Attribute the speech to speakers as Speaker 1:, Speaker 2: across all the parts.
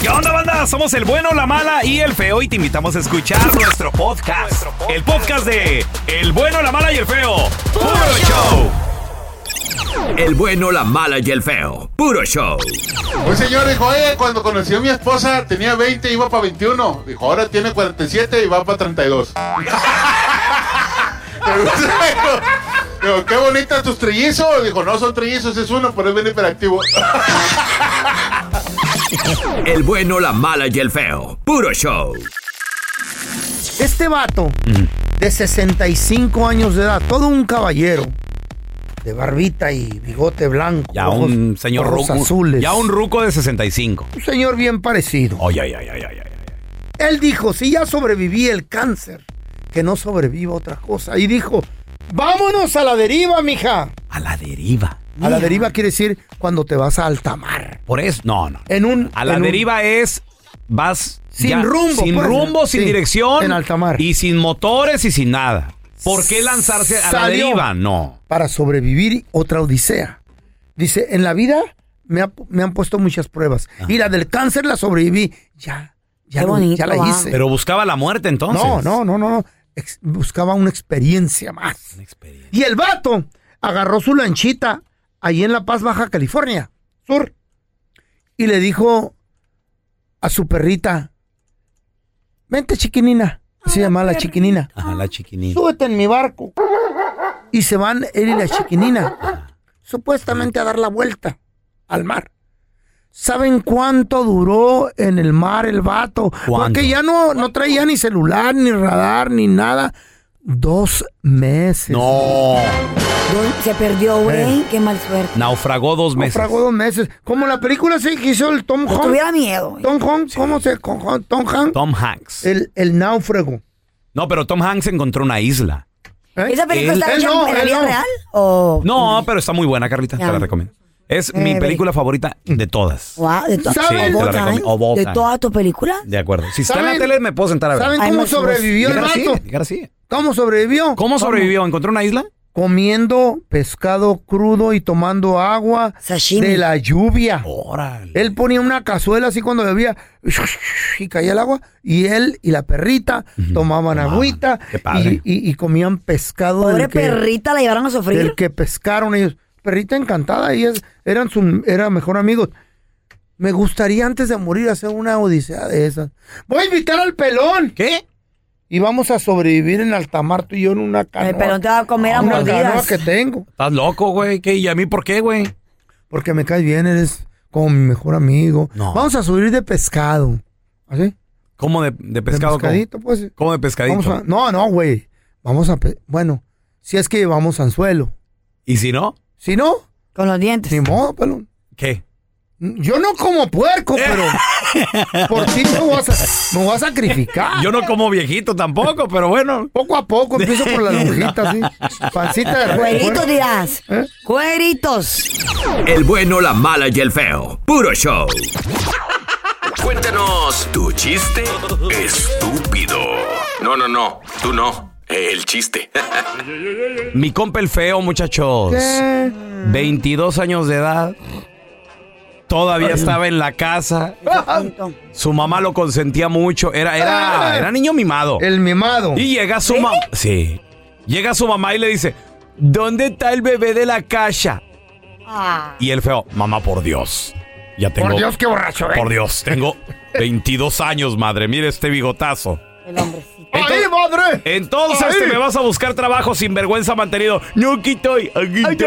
Speaker 1: ¿Qué onda, banda? Somos el bueno, la mala y el feo y te invitamos a escuchar nuestro podcast. El podcast de El bueno, la mala y el feo. ¡Puro show!
Speaker 2: El bueno, la mala y el feo. Puro show.
Speaker 3: Un señor dijo, eh, cuando conoció a mi esposa tenía 20 iba para 21. Dijo, ahora tiene 47 y va para 32. Me gusta, dijo. Digo, qué bonitas tus trillizos. Dijo, no son trillizos, es uno, pero es bien hiperactivo.
Speaker 2: El bueno, la mala y el feo. Puro show.
Speaker 4: Este vato de 65 años de edad, todo un caballero, de barbita y bigote blanco.
Speaker 1: Ya
Speaker 4: ojos-
Speaker 1: un señor
Speaker 4: ojos
Speaker 1: ruco.
Speaker 4: azules.
Speaker 1: Ya un ruco de 65.
Speaker 4: Un señor bien parecido.
Speaker 1: Ay, ay, ay, ay, ay. ay.
Speaker 4: Él dijo, si ya sobreviví el cáncer, que no sobreviva otra cosa. Y dijo, vámonos a la deriva, mija.
Speaker 1: A la deriva.
Speaker 4: A la deriva quiere decir cuando te vas a alta mar.
Speaker 1: Por eso. No, no.
Speaker 4: En un,
Speaker 1: A la
Speaker 4: en un-
Speaker 1: deriva es. Vas.
Speaker 4: Sin
Speaker 1: ya-
Speaker 4: rumbo,
Speaker 1: Sin
Speaker 4: pues.
Speaker 1: rumbo, sin
Speaker 4: Sí,
Speaker 1: dirección.
Speaker 4: en alta mar.
Speaker 1: Y sin motores y sin nada. ¿Por qué lanzarse a la
Speaker 4: Salió.
Speaker 1: deriva? No.
Speaker 4: para sobrevivir otra odisea. Dice, en la vida me, ha- me han puesto muchas pruebas. Y la del cáncer la sobreviví. Ya, ya,
Speaker 5: Qué
Speaker 4: lo-
Speaker 5: bonito,
Speaker 4: ya
Speaker 5: ah.
Speaker 4: la
Speaker 5: va.
Speaker 4: hice.
Speaker 1: Pero buscaba la muerte entonces.
Speaker 4: no, no, no, no, no. Ex- buscaba una experiencia más.
Speaker 1: Una experiencia.
Speaker 4: Y el vato agarró su lanchita ahí en La Paz, Baja California, sur, y le dijo a su perrita, vente chiquinina, se llama la chiquinina,
Speaker 1: Ajá, la chiquinita.
Speaker 4: súbete en mi barco. Y se van él y la chiquinina, supuestamente a dar la vuelta al mar. ¿Saben cuánto duró en el mar el vato?
Speaker 1: ¿Cuánto?
Speaker 4: Porque ya no, no traía ni celular, ni radar, ni nada. Dos meses.
Speaker 1: No.
Speaker 6: Don- Se perdió, güey. Qué mal suerte.
Speaker 1: Naufragó dos meses.
Speaker 4: Naufragó dos meses. Como la película sí que hizo el Tom
Speaker 6: Yo
Speaker 4: Hanks.
Speaker 6: Pues tuviera miedo, güey.
Speaker 4: Tom Hanks, ¿cómo se con- con- Tom Hanks?
Speaker 1: Tom Hanks.
Speaker 4: El, el náufrago.
Speaker 1: No, pero Tom Hanks encontró una isla.
Speaker 4: ¿eh?
Speaker 6: ¿Esa película
Speaker 1: Él-
Speaker 6: está
Speaker 4: él
Speaker 6: hecha
Speaker 4: no,
Speaker 6: en la
Speaker 4: él
Speaker 6: vida
Speaker 4: no.
Speaker 6: real? ¿O
Speaker 1: No, pero está muy buena, Carlita. Te
Speaker 6: Ya.
Speaker 1: la recomiendo. Es
Speaker 6: Eh,
Speaker 1: mi
Speaker 6: ve.
Speaker 1: película favorita de todas.
Speaker 6: Guau, de, to-
Speaker 4: Sí, te la
Speaker 6: All time,
Speaker 1: recomiendo. All
Speaker 6: de
Speaker 1: time.
Speaker 6: todas tus películas?
Speaker 1: De acuerdo. Si está en la
Speaker 4: ¿Saben-
Speaker 1: tele, me puedo sentar a ver.
Speaker 4: ¿Saben
Speaker 6: Ay,
Speaker 4: cómo
Speaker 6: me subo.
Speaker 4: sobrevivió el
Speaker 1: Dígala así,
Speaker 4: vato?
Speaker 1: dígala así.
Speaker 4: ¿Cómo sobrevivió?
Speaker 1: ¿Cómo sobrevivió? ¿Encontró una isla?
Speaker 4: Comiendo pescado crudo y tomando agua
Speaker 6: Sashimi.
Speaker 4: de la lluvia.
Speaker 1: Órale.
Speaker 4: Él ponía una cazuela así cuando bebía y caía el agua. Y él y la perrita tomaban agüita
Speaker 1: Qué padre.
Speaker 4: y, y- y comían pescado
Speaker 6: Pobre
Speaker 4: del que-
Speaker 6: perrita, la llevaron a sufrir.
Speaker 4: del que pescaron ellos. Perrita encantada, ellas eran su era mejor amigos. Me gustaría antes de morir hacer una odisea de esas. Voy a invitar al pelón
Speaker 1: ¿Qué?
Speaker 4: y vamos a sobrevivir en Altamar tú y yo en una canoa.
Speaker 6: El pelón te va a comer a
Speaker 4: una canoa
Speaker 6: mordidas.
Speaker 4: que tengo,
Speaker 1: Estás loco, güey. ¿Qué? ¿Y a mí por qué, güey?
Speaker 4: porque me caes bien, eres como mi mejor amigo.
Speaker 1: No.
Speaker 4: Vamos a subir de pescado. ¿Ah, ¿Así? De
Speaker 1: ¿Cómo de, de pescado? ¿Cómo?
Speaker 4: pescadito, pues.
Speaker 1: ¿Cómo de pescadito?
Speaker 4: Vamos a- no, no, güey. Vamos a pe- bueno, si es que llevamos anzuelo.
Speaker 1: ¿Y si no?
Speaker 4: Si no,
Speaker 6: Con los dientes.
Speaker 4: ni modo, pelón.
Speaker 1: ¿Qué?
Speaker 4: Yo no como puerco, pero por ti me voy a, sa- me voy a sacrificar.
Speaker 1: Yo no como viejito tampoco, pero bueno.
Speaker 4: Poco a poco empiezo por la lonjita, así. Pancita de res,
Speaker 6: Cueritos
Speaker 4: puerco.
Speaker 6: dirás.
Speaker 4: ¿Eh?
Speaker 6: Cueritos.
Speaker 2: El bueno, la mala y el feo. Puro show. escuchamos tu chiste estúpido. No, no, no, tú no. El chiste.
Speaker 7: Mi compa el feo, muchachos. 22 años de edad. Todavía estaba en la casa. Su mamá lo consentía mucho. Era, era, era niño mimado.
Speaker 4: Ah. El mimado.
Speaker 7: Y llega su mamá. Sí. Llega su mamá y le dice: ¿Dónde está el bebé de la casa? Y el feo, mamá, por Dios. Ya tengo.
Speaker 4: Por Dios, qué borracho, eh.
Speaker 7: Por Dios, tengo 22 años, madre. Mire este bigotazo.
Speaker 6: El hombrecito.
Speaker 4: ¡Ahí, madre!
Speaker 7: Entonces
Speaker 4: Ay.
Speaker 7: te me vas a buscar trabajo sin vergüenza mantenido. No, aquí estoy. Aquí estoy.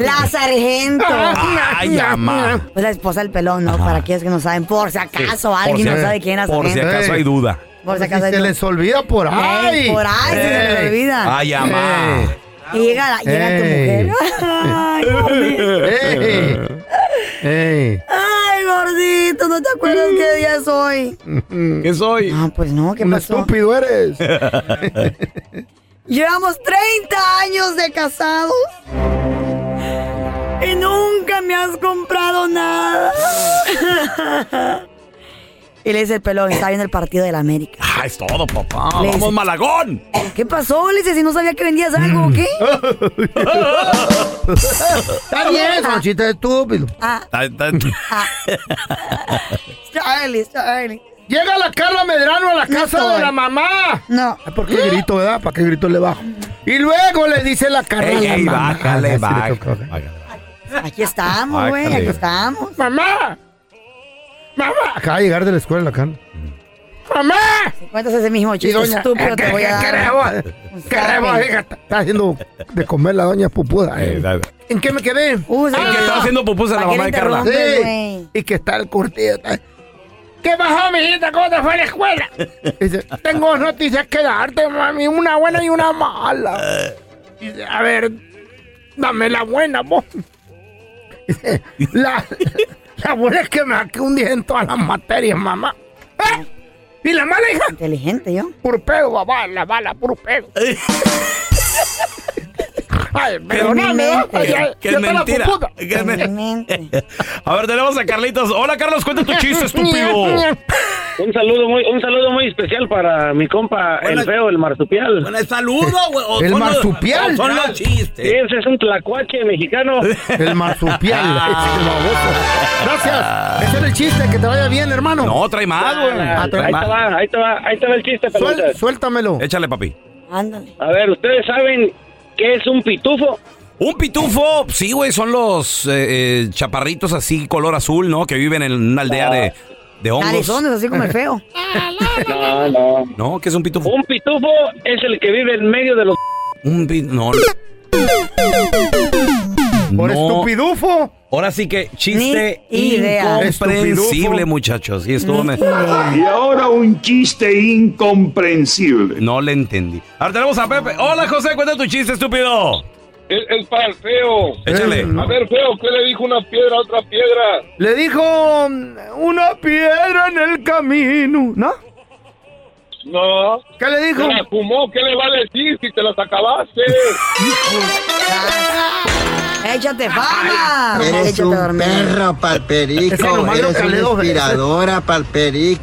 Speaker 6: La sargento.
Speaker 7: Ay, ama.
Speaker 6: Pues la esposa del pelón, ¿no? Para aquellos que no saben, por si acaso
Speaker 7: Por
Speaker 6: alguien
Speaker 7: si
Speaker 6: no
Speaker 7: ac-
Speaker 6: sabe quién es la
Speaker 7: Por si
Speaker 6: sargento.
Speaker 7: acaso hay duda.
Speaker 6: Por si
Speaker 4: Si
Speaker 6: acaso hay
Speaker 4: se les olvida por ahí.
Speaker 6: Ey, por ahí se se le
Speaker 4: Ey.
Speaker 6: olvida.
Speaker 7: Ay, ama.
Speaker 4: Ey.
Speaker 6: Y llega, la- llega tu
Speaker 4: Ey.
Speaker 6: mujer. Ay, gordito.
Speaker 4: Ey. Ey.
Speaker 6: Ay, gordito, ¿no te acuerdas qué día es hoy?
Speaker 7: ¿Qué soy?
Speaker 6: No, pues no, ¿qué
Speaker 4: Un
Speaker 6: pasó?
Speaker 4: estúpido eres.
Speaker 6: Llevamos 30 años de casados. Y nunca me has comprado nada. y le dice el pelón, está viendo el partido del América.
Speaker 7: Ah, es todo, papá.
Speaker 6: Le
Speaker 7: Vamos,
Speaker 6: dice-
Speaker 7: Malagón.
Speaker 6: ¿Qué pasó? Le dice, si no sabía que vendías algo, ¿o ¿qué?
Speaker 4: Mm. Está bien, son chistes estúpidos.
Speaker 6: Ah,
Speaker 7: Ta- ta-
Speaker 6: Charlie, Charlie.
Speaker 4: Llega la Carla Medrano a la casa
Speaker 6: soy.
Speaker 4: de la mamá.
Speaker 6: No.
Speaker 4: Ay, ¿Por qué grito, verdad? ¿Para qué grito le bajo? Y luego le dice la Carla
Speaker 7: Ey,
Speaker 4: a la
Speaker 7: ey,
Speaker 4: mamá.
Speaker 7: bájale,
Speaker 4: Así le tocó.
Speaker 7: bájale. bájale.
Speaker 6: Aquí estamos,
Speaker 7: Ay,
Speaker 6: güey,
Speaker 7: Charlie.
Speaker 6: aquí estamos.
Speaker 4: ¡Mamá! ¡Mamá! Ah, Acaba de llegar de la escuela la Carla.
Speaker 7: Eh,
Speaker 4: ¡Mamá!
Speaker 6: Cuéntase ese mismo
Speaker 4: Y
Speaker 6: chiste
Speaker 4: doña...
Speaker 6: estúpido,
Speaker 4: ¿qué-
Speaker 6: te voy
Speaker 4: qué
Speaker 6: a dar.
Speaker 4: queremos?
Speaker 7: eh,
Speaker 4: Queremos, hija, está- Está haciendo de comer la doña pupuda. eh.
Speaker 7: Ey, dale.
Speaker 4: ¿En qué me quedé?
Speaker 6: Uh,
Speaker 7: El que estaba haciendo pupusa la
Speaker 6: ¿Para qué
Speaker 7: mamá de
Speaker 6: le
Speaker 7: Carla.
Speaker 6: interrumpe? hombre, güey.
Speaker 4: Sí. Y que está el curtido. está- ¿Qué pasó, mijita? ¿Cómo te fue en la escuela? Dice, tengo dos noticias que darte, mami. Una buena y una mala.
Speaker 7: Eh.
Speaker 4: Dice, a ver, dame la buena, vos. Dice, la, la buena es que me saqué un 10 en todas las materias, mamá. ¿Eh? ¿Y la mala, hija?
Speaker 6: Inteligente yo.
Speaker 4: Por pedo, papá. La mala, por pedo. Ay, perdóname, ¿no?
Speaker 6: mente.
Speaker 4: Ay, ay,
Speaker 7: Que
Speaker 4: yo
Speaker 7: es
Speaker 4: te la
Speaker 7: mentira.
Speaker 4: computo.
Speaker 7: Que es men-
Speaker 6: Inteligente.
Speaker 7: A ver, tenemos a Carlitos. Hola, Carlos, cuenta tu chiste, estúpido.
Speaker 8: Un saludo muy, un saludo muy especial para mi compa,
Speaker 7: Buenas-
Speaker 8: el feo, el marsupial.
Speaker 7: el saludo, güey. o
Speaker 4: El
Speaker 7: son los-
Speaker 4: marsupial.
Speaker 7: o Son los chistes.
Speaker 8: Ese es un tlacuache mexicano.
Speaker 4: El marsupial,
Speaker 7: Ah.
Speaker 4: el baboso. Gracias. Ese era el chiste. Que te vaya bien, hermano.
Speaker 7: No, trae más, güey.
Speaker 4: Ah,
Speaker 8: ahí te
Speaker 4: trae más.
Speaker 8: va, ahí te va, ahí te va el chiste,
Speaker 4: Suel-
Speaker 8: pelotas.
Speaker 4: suéltamelo.
Speaker 7: Échale, papi.
Speaker 6: Ándale.
Speaker 8: A ver, ¿ustedes saben qué es un pitufo?
Speaker 7: Un pitufo, sí, güey, son los eh, eh, chaparritos así, color azul, ¿no? Que viven en una aldea
Speaker 4: Ah.
Speaker 7: de, de hongos.
Speaker 6: Narizones, así como el feo.
Speaker 8: No, no.
Speaker 7: No, ¿qué es un pitufo?
Speaker 8: Un pitufo es el que vive en medio de los...
Speaker 7: Un pi- No.
Speaker 4: Por
Speaker 7: No.
Speaker 4: estupidufo.
Speaker 7: Ahora sí que chiste
Speaker 6: Ni idea.
Speaker 7: incomprensible,
Speaker 4: Estupidufo.
Speaker 7: muchachos. Sí, estuvo me-
Speaker 6: Mira,
Speaker 9: Y ahora un chiste incomprensible.
Speaker 7: No le entendí. Ahora tenemos a Pepe. Hola, José, cuenta tu chiste, estúpido.
Speaker 8: Es, para el feo.
Speaker 7: Échale.
Speaker 4: Eh,
Speaker 8: ver, feo, ¿qué le dijo una piedra a otra piedra?
Speaker 4: Le dijo mm, una piedra en el camino, ¿no?
Speaker 8: No.
Speaker 4: ¿Qué le dijo?
Speaker 8: fumó, ¿qué le va a decir si te las acabaste?
Speaker 6: Échate fama. Échate a dormir.
Speaker 4: Es que nomás lo calé dos veces.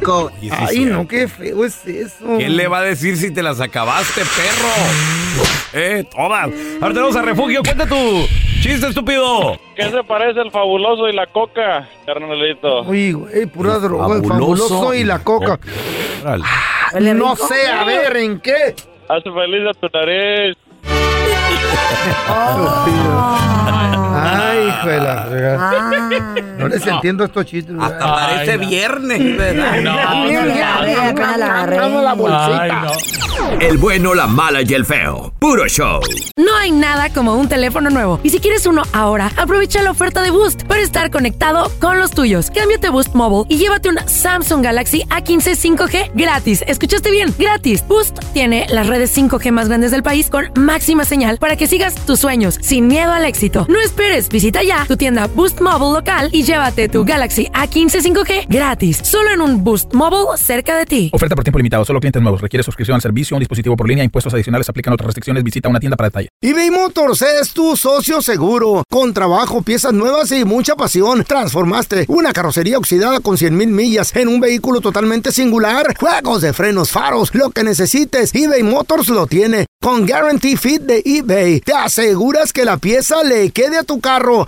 Speaker 7: Oye, sí,
Speaker 4: Ay,
Speaker 7: sí.
Speaker 4: no, qué feo es eso.
Speaker 7: ¿Quién le va a decir si te las acabaste, perro? Eh, todas. Ahora tenemos a Refugio. Cuenta tu chiste, estúpido.
Speaker 8: ¿Qué se parece el fabuloso y la coca, carnalito?
Speaker 4: Uy, güey, pura droga. El
Speaker 7: Fabuloso
Speaker 4: fabuloso y la coca.
Speaker 7: Órale.
Speaker 6: Huele
Speaker 4: No
Speaker 6: rico.
Speaker 4: sé, a ver, ¿en qué?
Speaker 8: Hace feliz a tu nariz. Oh.
Speaker 4: Ay, hijo de la fregada.
Speaker 6: Ah.
Speaker 4: No les entiendo estos chistes.
Speaker 7: Hasta
Speaker 4: ¿verdad?
Speaker 7: parece viernes, ¿verdad?
Speaker 6: Mira, mira, mira, apenas la agarré.
Speaker 4: Dame la bolsita.
Speaker 2: El bueno, la mala y el feo. Puro show.
Speaker 5: No hay nada como un teléfono nuevo. Y si quieres uno ahora, aprovecha la oferta de Boost para estar conectado con los tuyos. Cámbiate a Boost Mobile y llévate una Samsung Galaxy A15 5G gratis. ¿Escuchaste bien? Gratis. Boost tiene las redes 5G más grandes del país con máxima señal para que sigas tus sueños sin miedo al éxito. No esperes, visita ya ya tu tienda Boost Mobile local y llévate tu Galaxy A15 5G gratis, solo en un Boost Mobile cerca de ti.
Speaker 10: Oferta por tiempo limitado, solo clientes nuevos. Requiere suscripción al servicio, un dispositivo por línea, impuestos adicionales, aplican otras restricciones. Visita una tienda para detalle.
Speaker 4: eBay Motors es tu socio seguro. Con trabajo, piezas nuevas y mucha pasión, transformaste una carrocería oxidada con 100 mil millas en un vehículo totalmente singular. Juegos de frenos, faros, lo que necesites, eBay Motors lo tiene. Con Guarantee Fit de eBay, te aseguras que la pieza le quede a tu carro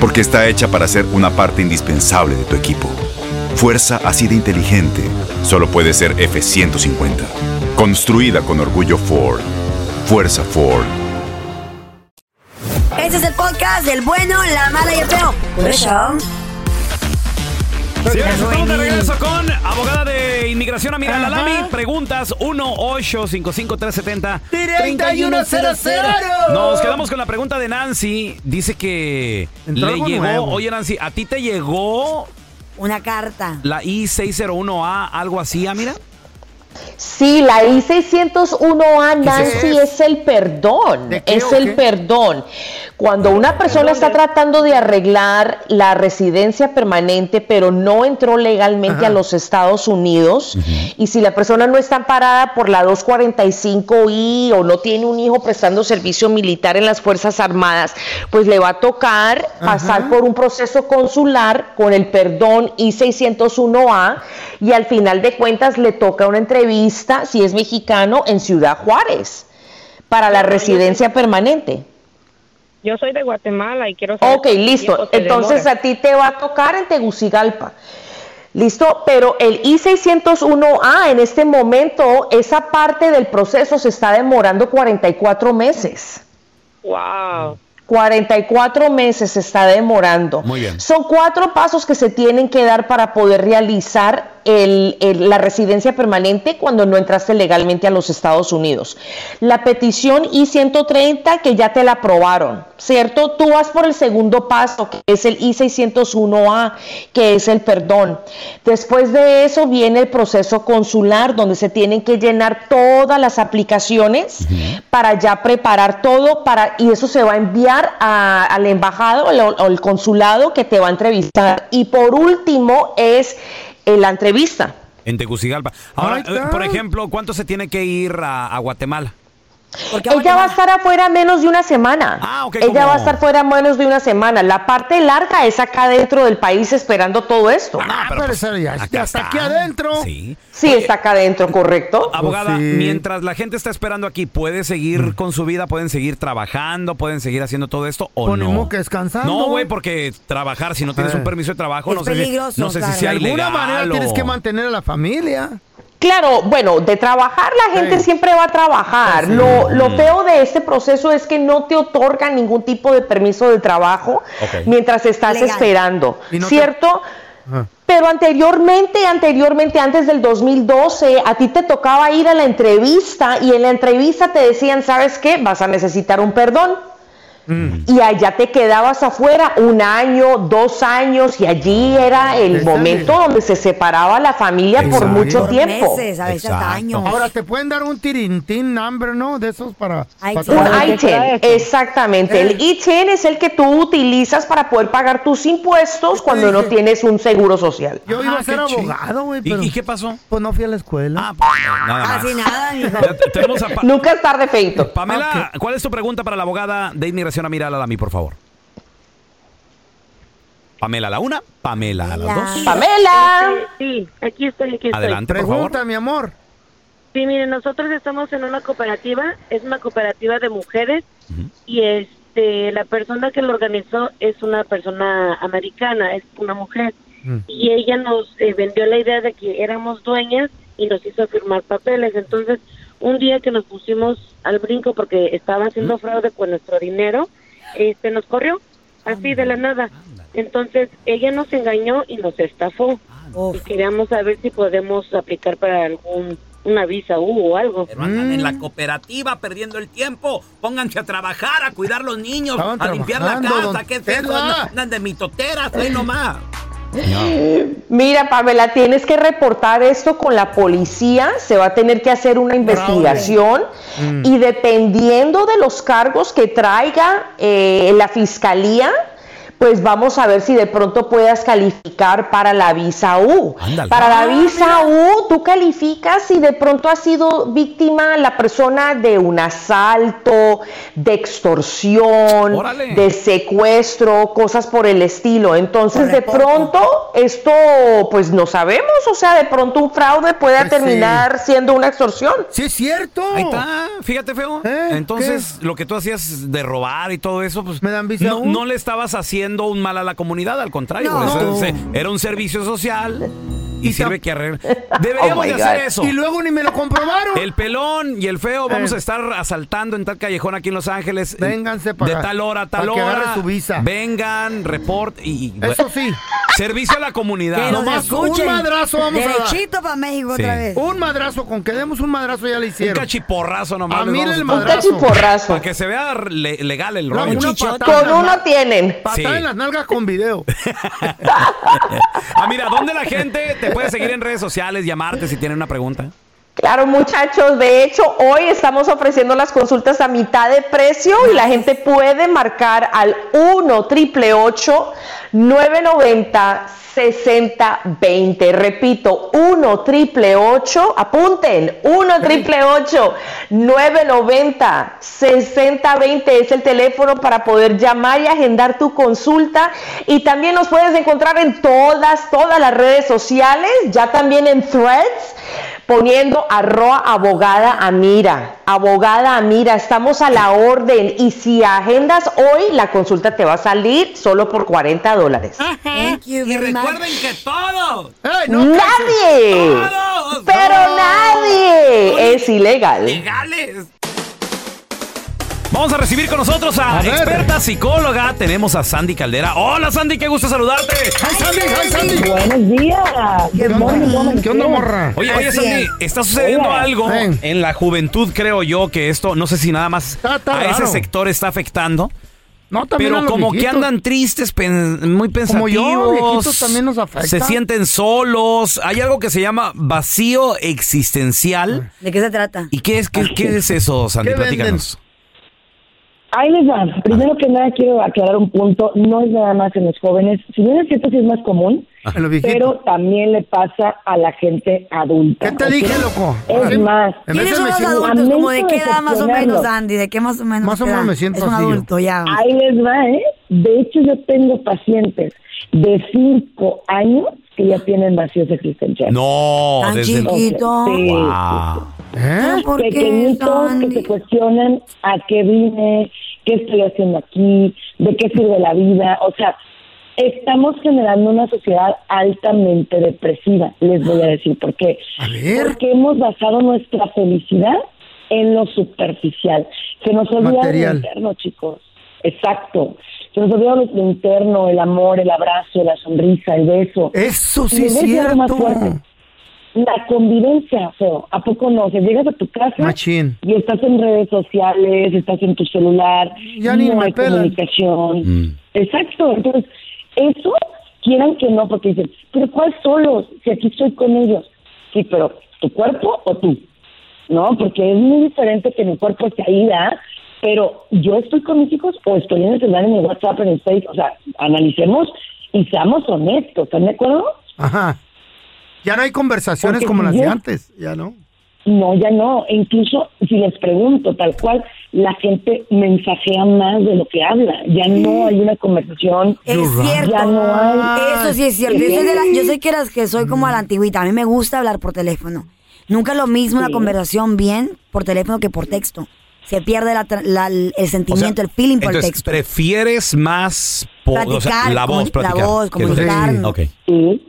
Speaker 11: porque está hecha para ser una parte indispensable de tu equipo. Fuerza así de inteligente solo puede ser F150. Construida con orgullo Ford. Fuerza Ford.
Speaker 6: Este es el podcast del bueno, la mala y el feo. Por eso.
Speaker 1: Señores, estamos de regreso con abogada de inmigración Amira Lalami. Preguntas 1855370 Nos quedamos con la pregunta de Nancy. Dice que
Speaker 7: Entró
Speaker 1: le
Speaker 7: algo
Speaker 1: llegó.
Speaker 7: nuevo.
Speaker 1: Oye, Nancy, ¿a ti te llegó
Speaker 6: Una carta.
Speaker 1: la I601A, algo así, Ah, Amira?
Speaker 12: Sí, la I-601A, Nancy, es? el perdón, es el perdón. Cuando una persona está tratando de arreglar la residencia permanente, pero no entró legalmente
Speaker 13: Ajá.
Speaker 12: a los Estados Unidos, y si la persona no está amparada por la 245I o no tiene un hijo prestando servicio militar en las Fuerzas Armadas, pues le va a tocar pasar por un proceso consular con el perdón I-601A y al final de cuentas le toca una entrevista, si es mexicano, en Ciudad Juárez para la residencia permanente.
Speaker 14: Yo soy de Guatemala y quiero saber.
Speaker 12: Ok,
Speaker 14: cuánto tiempo
Speaker 12: listo.
Speaker 14: se
Speaker 12: Entonces
Speaker 14: demora.
Speaker 12: a ti te va a tocar en Tegucigalpa. Listo, pero el I-601A en este momento, esa parte del proceso se está demorando 44 meses.
Speaker 14: Wow.
Speaker 12: 44 meses se está demorando.
Speaker 14: Muy bien.
Speaker 12: Son cuatro pasos que se tienen que dar para poder realizar el- el- la residencia permanente cuando no entraste legalmente a los Estados Unidos. La petición I-130 que ya te la aprobaron, ¿cierto? Tú vas por el segundo paso, que es el I-601A, que es el perdón. Después de eso viene el proceso consular, donde se tienen que llenar todas las aplicaciones para ya preparar todo para y eso se va a enviar a, al embajado o al- o al consulado que te va a entrevistar. Y por último es eh, la entrevista.
Speaker 1: En Tegucigalpa. Ahora, eh, por ejemplo, ¿cuánto se tiene que ir a, a Guatemala?
Speaker 12: Ella va a estar afuera menos de una semana. Ella
Speaker 1: como-
Speaker 12: va a estar fuera menos de una semana. La parte larga es acá dentro del país esperando todo esto.
Speaker 15: Ah,
Speaker 1: pues,
Speaker 4: hasta Ah, aquí adentro.
Speaker 1: Sí.
Speaker 12: Sí, está acá adentro,
Speaker 7: Pues
Speaker 12: correcto.
Speaker 1: Abogada, mientras la gente está esperando aquí, ¿puede seguir
Speaker 7: Mm.
Speaker 1: con su vida? ¿Pueden seguir trabajando? ¿Pueden seguir haciendo todo esto o
Speaker 15: Ponemos
Speaker 1: no?
Speaker 15: que descansando.
Speaker 1: No, güey, porque trabajar, si no tienes
Speaker 15: Eh,
Speaker 1: un permiso de trabajo, no sé, si- no sé si sea
Speaker 15: De alguna
Speaker 1: ilegal
Speaker 15: manera
Speaker 1: o-
Speaker 15: tienes que mantener a la familia.
Speaker 12: Claro, bueno, de trabajar la gente siempre va a trabajar. Lo, lo
Speaker 13: Mm.
Speaker 12: feo de este proceso es que no te otorgan ningún tipo de permiso de trabajo
Speaker 13: Ah, Ok.
Speaker 12: mientras estás
Speaker 13: Legal.
Speaker 12: esperando,
Speaker 13: Y no te- Ah.
Speaker 12: ¿cierto? Pero anteriormente, anteriormente, antes del 2012, a ti te tocaba ir a la entrevista y en la entrevista te decían, ¿sabes qué? Vas a necesitar un perdón.
Speaker 13: Mm.
Speaker 12: Y allá te quedabas afuera un año, dos años, y allí era el momento donde se separaba la familia por mucho tiempo.
Speaker 15: Ahora te pueden dar un tirintín number, ¿no? De esos para. para
Speaker 12: Un
Speaker 15: trabajar.
Speaker 12: ITIN, exactamente. El ITIN es el que tú utilizas para poder pagar tus impuestos cuando no tienes un seguro social.
Speaker 15: Yo
Speaker 7: Ah,
Speaker 15: iba a ser
Speaker 12: qué chido.
Speaker 15: abogado, güey.
Speaker 12: ¿Y-
Speaker 15: pero-
Speaker 12: y
Speaker 1: qué pasó?
Speaker 15: Pues no fui a la escuela.
Speaker 7: pues,
Speaker 1: Nada más.
Speaker 15: Casi
Speaker 12: nada,
Speaker 1: Ya te- tenemos a Pa-
Speaker 12: Nunca es tarde, feito.
Speaker 1: Pamela, ¿cuál es tu pregunta para la abogada de inmigración Amira Lalami, por favor? Pamela a la una, Pamela a la dos.
Speaker 12: Pamela.
Speaker 14: Sí, aquí estoy, aquí estoy.
Speaker 1: Adelante, por favor. Pregunta,
Speaker 15: mi amor.
Speaker 14: Sí, miren, nosotros estamos en una cooperativa, es una cooperativa de mujeres y este la persona que lo organizó es una persona americana, es una mujer
Speaker 4: Mm.
Speaker 14: y ella nos eh, vendió la idea de que éramos dueñas y nos hizo firmar papeles. Entonces, un día que nos pusimos al brinco porque estaba haciendo fraude con nuestro dinero, este nos corrió así de la nada. Entonces, ella nos engañó y nos estafó. y queríamos saber si podemos aplicar para algún una visa U o algo.
Speaker 13: Pero andan en la cooperativa perdiendo el tiempo. Pónganse a trabajar, a cuidar los niños,
Speaker 15: Estaban
Speaker 13: a limpiar la
Speaker 15: trabajando,
Speaker 13: casa.
Speaker 15: don
Speaker 13: ¿Qué es eso?
Speaker 15: Tela.
Speaker 13: Andan- Andan de mitoteras, ahí nomás.
Speaker 12: Mira, Pamela, tienes que reportar esto con la policía, se va a tener que hacer una investigación
Speaker 16: Mm.
Speaker 12: y dependiendo de los cargos que traiga eh, la fiscalía, pues vamos a ver si de pronto puedas calificar para la visa U.
Speaker 16: Ándale.
Speaker 12: Para la
Speaker 15: Ah,
Speaker 12: visa U, tú calificas si de pronto ha sido víctima la persona de un asalto, de extorsión,
Speaker 16: Órale.
Speaker 12: de secuestro, cosas por el estilo. Entonces, de pronto, esto, pues no sabemos, o sea, de pronto un fraude puede
Speaker 7: sí.
Speaker 12: terminar siendo una extorsión.
Speaker 15: Sí, es cierto.
Speaker 7: Ahí está, fíjate, feo.
Speaker 15: ¿Eh?
Speaker 7: Entonces, lo que tú hacías de robar y todo eso, pues. no,
Speaker 15: aún?
Speaker 7: no le estabas haciendo un mal a la comunidad, al contrario.
Speaker 15: No.
Speaker 7: pues,
Speaker 15: No.
Speaker 7: ese- era un servicio social y sirve que arreglar. Deberíamos
Speaker 15: Oh,
Speaker 7: de
Speaker 15: my
Speaker 7: hacer
Speaker 15: God.
Speaker 7: eso.
Speaker 15: Y luego ni me lo comprobaron.
Speaker 7: El pelón y el feo vamos
Speaker 15: Eh.
Speaker 7: a estar asaltando en tal callejón aquí en Los Ángeles.
Speaker 15: Vénganse
Speaker 7: De
Speaker 15: para-
Speaker 7: tal hora, a tal
Speaker 15: para que
Speaker 7: hora.
Speaker 15: agarre su visa.
Speaker 7: Vengan, report y. y-
Speaker 15: Eso sí.
Speaker 7: Servicio a la comunidad.
Speaker 15: Que nos escuchen. Un madrazo vamos a dar.
Speaker 6: Derechito para México
Speaker 7: Sí.
Speaker 6: otra vez.
Speaker 15: Un madrazo, con que demos un madrazo ya le
Speaker 7: Un
Speaker 15: hicieron.
Speaker 7: cachiporrazo nomás.
Speaker 15: A
Speaker 7: les
Speaker 15: mí
Speaker 7: vamos
Speaker 15: el
Speaker 7: dar.
Speaker 15: madrazo. Un cachiporrazo.
Speaker 7: Para que se vea le- legal el
Speaker 15: No,
Speaker 7: rollo.
Speaker 15: una patada en la nalga. Patada
Speaker 7: Sí.
Speaker 15: en las nalgas con video.
Speaker 7: Ah, mira, ¿dónde la gente te puede seguir en redes sociales, llamarte si tienen una pregunta?
Speaker 12: Claro, muchachos, de hecho, hoy estamos ofreciendo las consultas a mitad de precio y la gente puede marcar al 1 triple 990 6020. Repito, 1 triple 8, apunten, 1 triple 990 6020 es el teléfono para poder llamar y agendar tu consulta. Y también nos puedes encontrar en todas, todas las redes sociales, ya también en threads poniendo arroa abogada Amira. Abogada Amira, estamos a la orden. Y si agendas hoy, la consulta te va a salir solo por 40 dólares.
Speaker 13: y recuerden que todos,
Speaker 12: ¡Nadie! ¡Pero nadie! Es ilegal.
Speaker 13: legales.
Speaker 7: Vamos a recibir con nosotros a, experta psicóloga. Tenemos a Sandy Caldera. Hola, Sandy, qué gusto saludarte.
Speaker 17: Buenos días. ¿Qué, onda? ¿Qué onda, morra?
Speaker 7: Oye, oye, Sandy, está sucediendo algo en la juventud, creo yo, que esto, no sé si nada más a ese
Speaker 15: raro.
Speaker 7: sector está afectando.
Speaker 15: No, también a
Speaker 7: Pero
Speaker 15: los
Speaker 7: como que
Speaker 15: viejitos.
Speaker 7: andan tristes, pen- muy
Speaker 15: Como
Speaker 7: pensativos.
Speaker 15: yo, viejitos también nos afecta.
Speaker 7: Se sienten solos. Hay algo que se llama vacío existencial.
Speaker 6: ¿De qué se trata?
Speaker 7: ¿Y qué es, qué, qué es eso, Sandy?
Speaker 6: ¿Qué venden?
Speaker 7: Platícanos.
Speaker 17: Ahí les va. Primero que nada quiero aclarar un punto. No es nada más en los jóvenes. Si bien es cierto, sí es más común.
Speaker 15: En los viejitos.
Speaker 17: Pero también le pasa a la gente adulta. ¿Qué te
Speaker 15: dije, loco?
Speaker 17: Es
Speaker 15: En-
Speaker 17: más.
Speaker 15: en vez
Speaker 6: ¿Quiénes
Speaker 15: de
Speaker 6: son los
Speaker 15: decir-
Speaker 6: adultos? Como de qué edad más o menos,
Speaker 17: decepcionarlos.
Speaker 6: Andy, de qué más o menos.
Speaker 17: Más o
Speaker 6: qué
Speaker 17: menos
Speaker 6: edad?
Speaker 17: me siento
Speaker 6: Es un
Speaker 17: así yo.
Speaker 6: adulto ya.
Speaker 17: Ahí les va, ¿eh? De hecho, yo tengo pacientes de 5 años que ya tienen vacíos existenciales.
Speaker 11: 어,
Speaker 7: No,
Speaker 11: 네,
Speaker 17: Tan desde- chiquito.
Speaker 7: Sí.
Speaker 15: ¿Eh?
Speaker 6: Ah, ¿Por qué,
Speaker 17: Pequeñitos que se cuestionan a qué vine, qué estoy haciendo aquí, de qué sirve la vida. O sea, estamos generando una sociedad altamente depresiva, les voy a decir por qué. Porque hemos basado nuestra felicidad en lo superficial. Se nos olvida
Speaker 15: Material.
Speaker 17: lo interno, chicos. Exacto. Se nos olvida lo lo interno, el amor, el abrazo, la sonrisa, el beso.
Speaker 15: Eso sí
Speaker 17: Y
Speaker 15: es
Speaker 17: les voy a decir algo más
Speaker 15: cierto.
Speaker 17: fuerte. La convivencia, feo. ¿A poco no? Que llegas a tu casa
Speaker 15: Machín.
Speaker 17: y estás en redes sociales, estás en tu celular,
Speaker 15: Ya ni
Speaker 17: no
Speaker 15: me
Speaker 17: hay
Speaker 15: pelan.
Speaker 17: comunicación. Exacto, entonces eso quieran que no, porque dicen, pero ¿cuál solos? Si aquí estoy con ellos. Sí, pero ¿tu cuerpo o tú? No, porque es muy diferente que mi cuerpo esté ahí, ¿verdad? Pero yo estoy con mis hijos o estoy en el celular, en el WhatsApp, en el Facebook, o sea, analicemos y seamos honestos, ¿están de acuerdo?
Speaker 15: Ajá. Ya no hay conversaciones
Speaker 17: Porque
Speaker 15: como
Speaker 17: si
Speaker 15: las de
Speaker 17: yo-
Speaker 15: antes. Ya no.
Speaker 17: No, ya no. E incluso si les pregunto tal cual, la gente mensajea más de lo que habla. Ya no hay una conversación.
Speaker 6: Es cierto.
Speaker 17: Ya no hay.
Speaker 6: Eso sí es cierto. Yo soy, de la- yo soy que, las- que soy como a la antigüita. A mí me gusta hablar por teléfono. Nunca es lo mismo una conversación bien por teléfono que por texto. Se pierde la tra- la- el sentimiento, el feeling por el
Speaker 7: Entonces,
Speaker 6: texto.
Speaker 7: ¿prefieres más po- o sea,
Speaker 6: Platicar,
Speaker 7: la voz?
Speaker 6: comuni- la
Speaker 7: platicar,
Speaker 6: voz,
Speaker 7: que los-
Speaker 6: comunicarnos.
Speaker 7: Ok.
Speaker 17: Sí.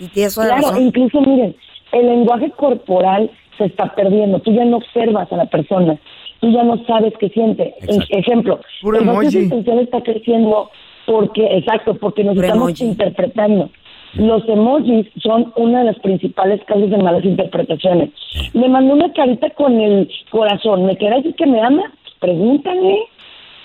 Speaker 6: Y tienes toda la
Speaker 17: Claro,
Speaker 6: razón.
Speaker 17: incluso miren, el lenguaje corporal se está perdiendo. Tú ya no observas a la persona. Tú ya no sabes qué siente. En- Ejemplo,
Speaker 15: Puro
Speaker 17: el vacío
Speaker 15: emoji.
Speaker 17: existencial está creciendo porque, exacto, porque nos estamos interpretando. Los emojis son una de las principales causas de malas interpretaciones. Me mandó una carita con el corazón. ¿Me quiere decir que me ama? Pregúntame.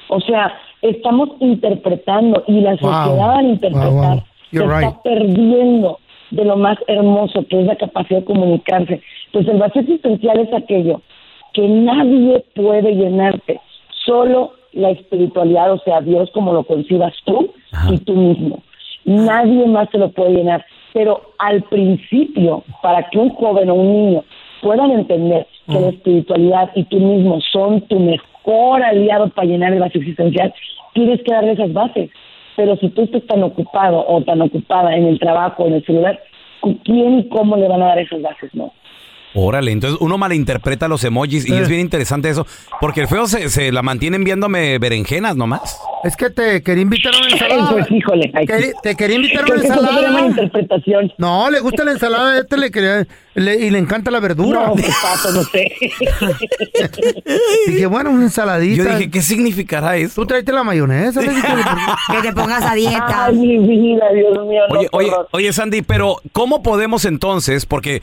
Speaker 17: O sea, estamos interpretando y la
Speaker 14: Wow.
Speaker 17: sociedad al interpretar
Speaker 14: Wow, wow.
Speaker 17: se
Speaker 14: You're
Speaker 17: está
Speaker 14: right.
Speaker 17: perdiendo de lo más hermoso que es la capacidad de comunicarse. Pues el vacío existencial es aquello que nadie puede llenarte, solo la espiritualidad, o sea, Dios como lo concibas tú y tú mismo. Nadie más te lo puede llenar. Pero al principio, para que un joven o un niño puedan entender
Speaker 14: Mm.
Speaker 17: que la espiritualidad y tú mismo son tu mejor aliado para llenar el vacío existencial, tienes que darle esas bases. Pero si tú estás tan ocupado o tan ocupada en el trabajo, en el celular, ¿con ¿quién y cómo le van a dar esas bases? No.
Speaker 7: Órale, entonces uno malinterpreta los emojis
Speaker 15: Eh.
Speaker 7: y es bien interesante eso, porque el feo se, se la mantiene enviándome berenjenas nomás.
Speaker 4: Es que te quería invitar a una ensalada.
Speaker 17: Pues, híjole, ay,
Speaker 4: Queri-
Speaker 17: sí.
Speaker 4: te quería invitar a
Speaker 17: Creo
Speaker 4: una
Speaker 17: que eso
Speaker 4: ensalada.
Speaker 17: sería mala interpretación.
Speaker 4: No, le gusta la ensalada a este le quería, le- y le encanta la verdura.
Speaker 17: No, qué pato, no sé.
Speaker 4: dije, bueno, una ensaladita.
Speaker 7: Yo dije, ¿qué significará eso?
Speaker 4: Tú tráete la mayonesa. le dije.
Speaker 6: Que te pongas a dieta.
Speaker 17: Ay, mi vida, Dios mío. no,
Speaker 7: Oye,
Speaker 17: qué
Speaker 7: oye,
Speaker 17: horror.
Speaker 7: oye, Sandy, pero ¿cómo podemos entonces? Porque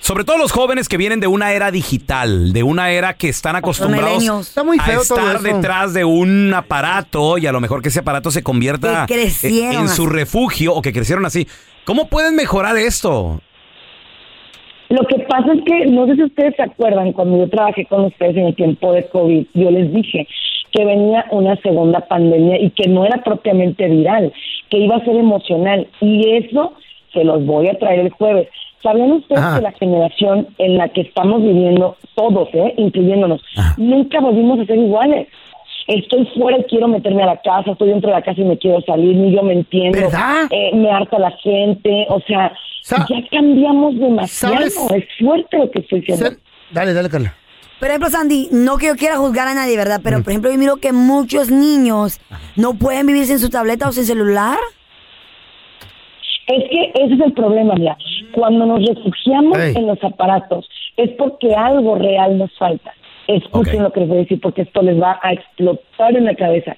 Speaker 7: sobre todo los jóvenes que vienen de una era digital, de una era que están acostumbrados
Speaker 6: millennials. Está muy
Speaker 7: a
Speaker 6: feo todo
Speaker 7: estar
Speaker 6: eso.
Speaker 7: detrás de un aparato y a lo mejor que ese aparato se convierta eh,
Speaker 6: Que crecieron
Speaker 7: en su
Speaker 6: así.
Speaker 7: refugio o que crecieron así. ¿Cómo pueden mejorar esto?
Speaker 17: Lo que pasa es que, no sé si ustedes se acuerdan, cuando yo trabajé con ustedes en el tiempo de COVID, yo les dije que venía una segunda pandemia y que no era propiamente viral, que iba a ser emocional. Y eso se los voy a traer el jueves. ¿Sabían ustedes
Speaker 14: Ajá.
Speaker 17: que la generación en la que estamos viviendo, todos, eh, incluyéndonos, nunca volvimos a ser iguales? Estoy fuera y quiero meterme a la casa, estoy dentro de la casa y me quiero salir, ni yo me entiendo, eh, me harta la gente, o sea, ya cambiamos demasiado,
Speaker 6: ¿Sabes?
Speaker 17: es fuerte lo que estoy diciendo.
Speaker 4: Dale, dale, Carla.
Speaker 6: Por ejemplo, Sandy, no que yo quiera juzgar a nadie, ¿verdad?
Speaker 17: Mm.
Speaker 6: Pero, por ejemplo, yo miro que muchos niños no pueden vivir sin su tableta o sin celular.
Speaker 17: Es que ese es el problema, mira. Cuando nos refugiamos
Speaker 14: Ey.
Speaker 17: en los aparatos, es porque algo real nos falta. Escuchen lo que les voy a decir, porque esto les va a explotar en la cabeza.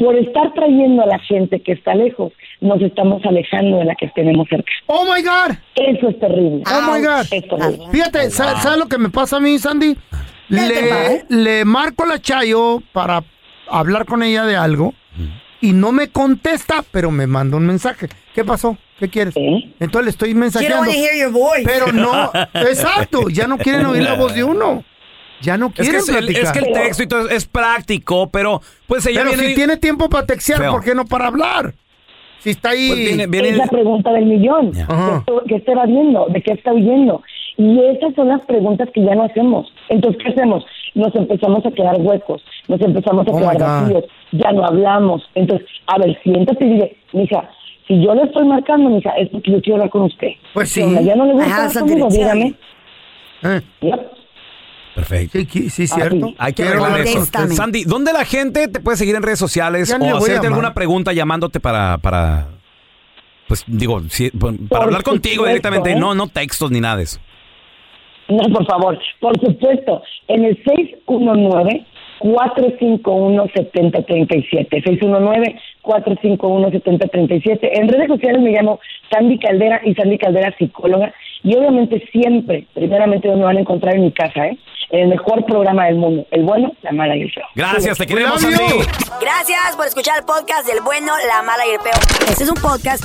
Speaker 17: Por estar trayendo a la gente que está lejos, nos estamos alejando de la que tenemos cerca.
Speaker 4: ¡Oh, my God!
Speaker 17: Eso es terrible.
Speaker 4: Oh my God.
Speaker 17: Es terrible.
Speaker 4: Fíjate, sa- ¿sabes lo que me pasa a mí, Sandy? Le, le marco a la Chayo para hablar con ella de algo y no me contesta, pero me manda un mensaje. ¿Qué pasó? ¿Qué quieres? Entonces le estoy mensajeando.
Speaker 6: wanna hear your voice.
Speaker 4: Pero no, exacto, ya no quieren oír la voz de uno. Ya no
Speaker 7: Es
Speaker 4: quieren
Speaker 7: que, es el,
Speaker 4: platicar.
Speaker 7: es que el texto y todo es práctico, pero pues ella
Speaker 4: Pero
Speaker 7: viene...
Speaker 4: si tiene tiempo para textear,
Speaker 7: Feo.
Speaker 4: ¿por qué no para hablar? Si está ahí...
Speaker 7: Pues viene-
Speaker 17: Es la pregunta del millón.
Speaker 4: Ajá.
Speaker 17: ¿Qué, qué está evadiendo? ¿De qué está huyendo? Y esas son las preguntas que ya no hacemos. Entonces, ¿qué hacemos? Nos empezamos a quedar huecos, nos empezamos a
Speaker 14: Oh,
Speaker 17: quedar
Speaker 14: my God.
Speaker 17: vacíos, ya no hablamos. Entonces, a ver, siéntate y dile, mija, si yo le estoy marcando, mija, es porque yo quiero hablar con usted.
Speaker 4: Pues
Speaker 17: Si
Speaker 4: sí.
Speaker 17: ya no le gusta
Speaker 4: Ajá, Ah.
Speaker 17: hablar
Speaker 4: esa
Speaker 17: conmigo,
Speaker 4: dirección.
Speaker 17: dígame.
Speaker 7: Perfecto.
Speaker 4: Sí, sí, cierto.
Speaker 7: Hay que
Speaker 4: Quiero
Speaker 7: arreglar eso.
Speaker 4: contestarme.
Speaker 7: Sandy, ¿dónde la gente te puede seguir en redes sociales
Speaker 4: Ya ni le
Speaker 7: o
Speaker 4: voy a
Speaker 7: hacerte
Speaker 4: llamar.
Speaker 7: alguna pregunta llamándote para, para pues digo, si- para hablar contigo
Speaker 17: supuesto,
Speaker 7: directamente?
Speaker 17: ¿eh?
Speaker 7: No, no textos ni nada de eso.
Speaker 17: No, por favor, por supuesto, en el 619 451 7037 619 451 7037 En redes sociales me llamo Sandy Caldera y Sandy Caldera psicóloga y obviamente siempre, primeramente me van a encontrar en mi casa, ¿eh? En el mejor programa del mundo, el bueno, la mala y el feo.
Speaker 7: Gracias, te queremos,
Speaker 17: Love you.
Speaker 7: Sandy.
Speaker 6: Gracias por escuchar el podcast del bueno, la mala y el peo. Este es un podcast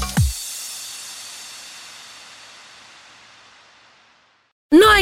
Speaker 5: No hay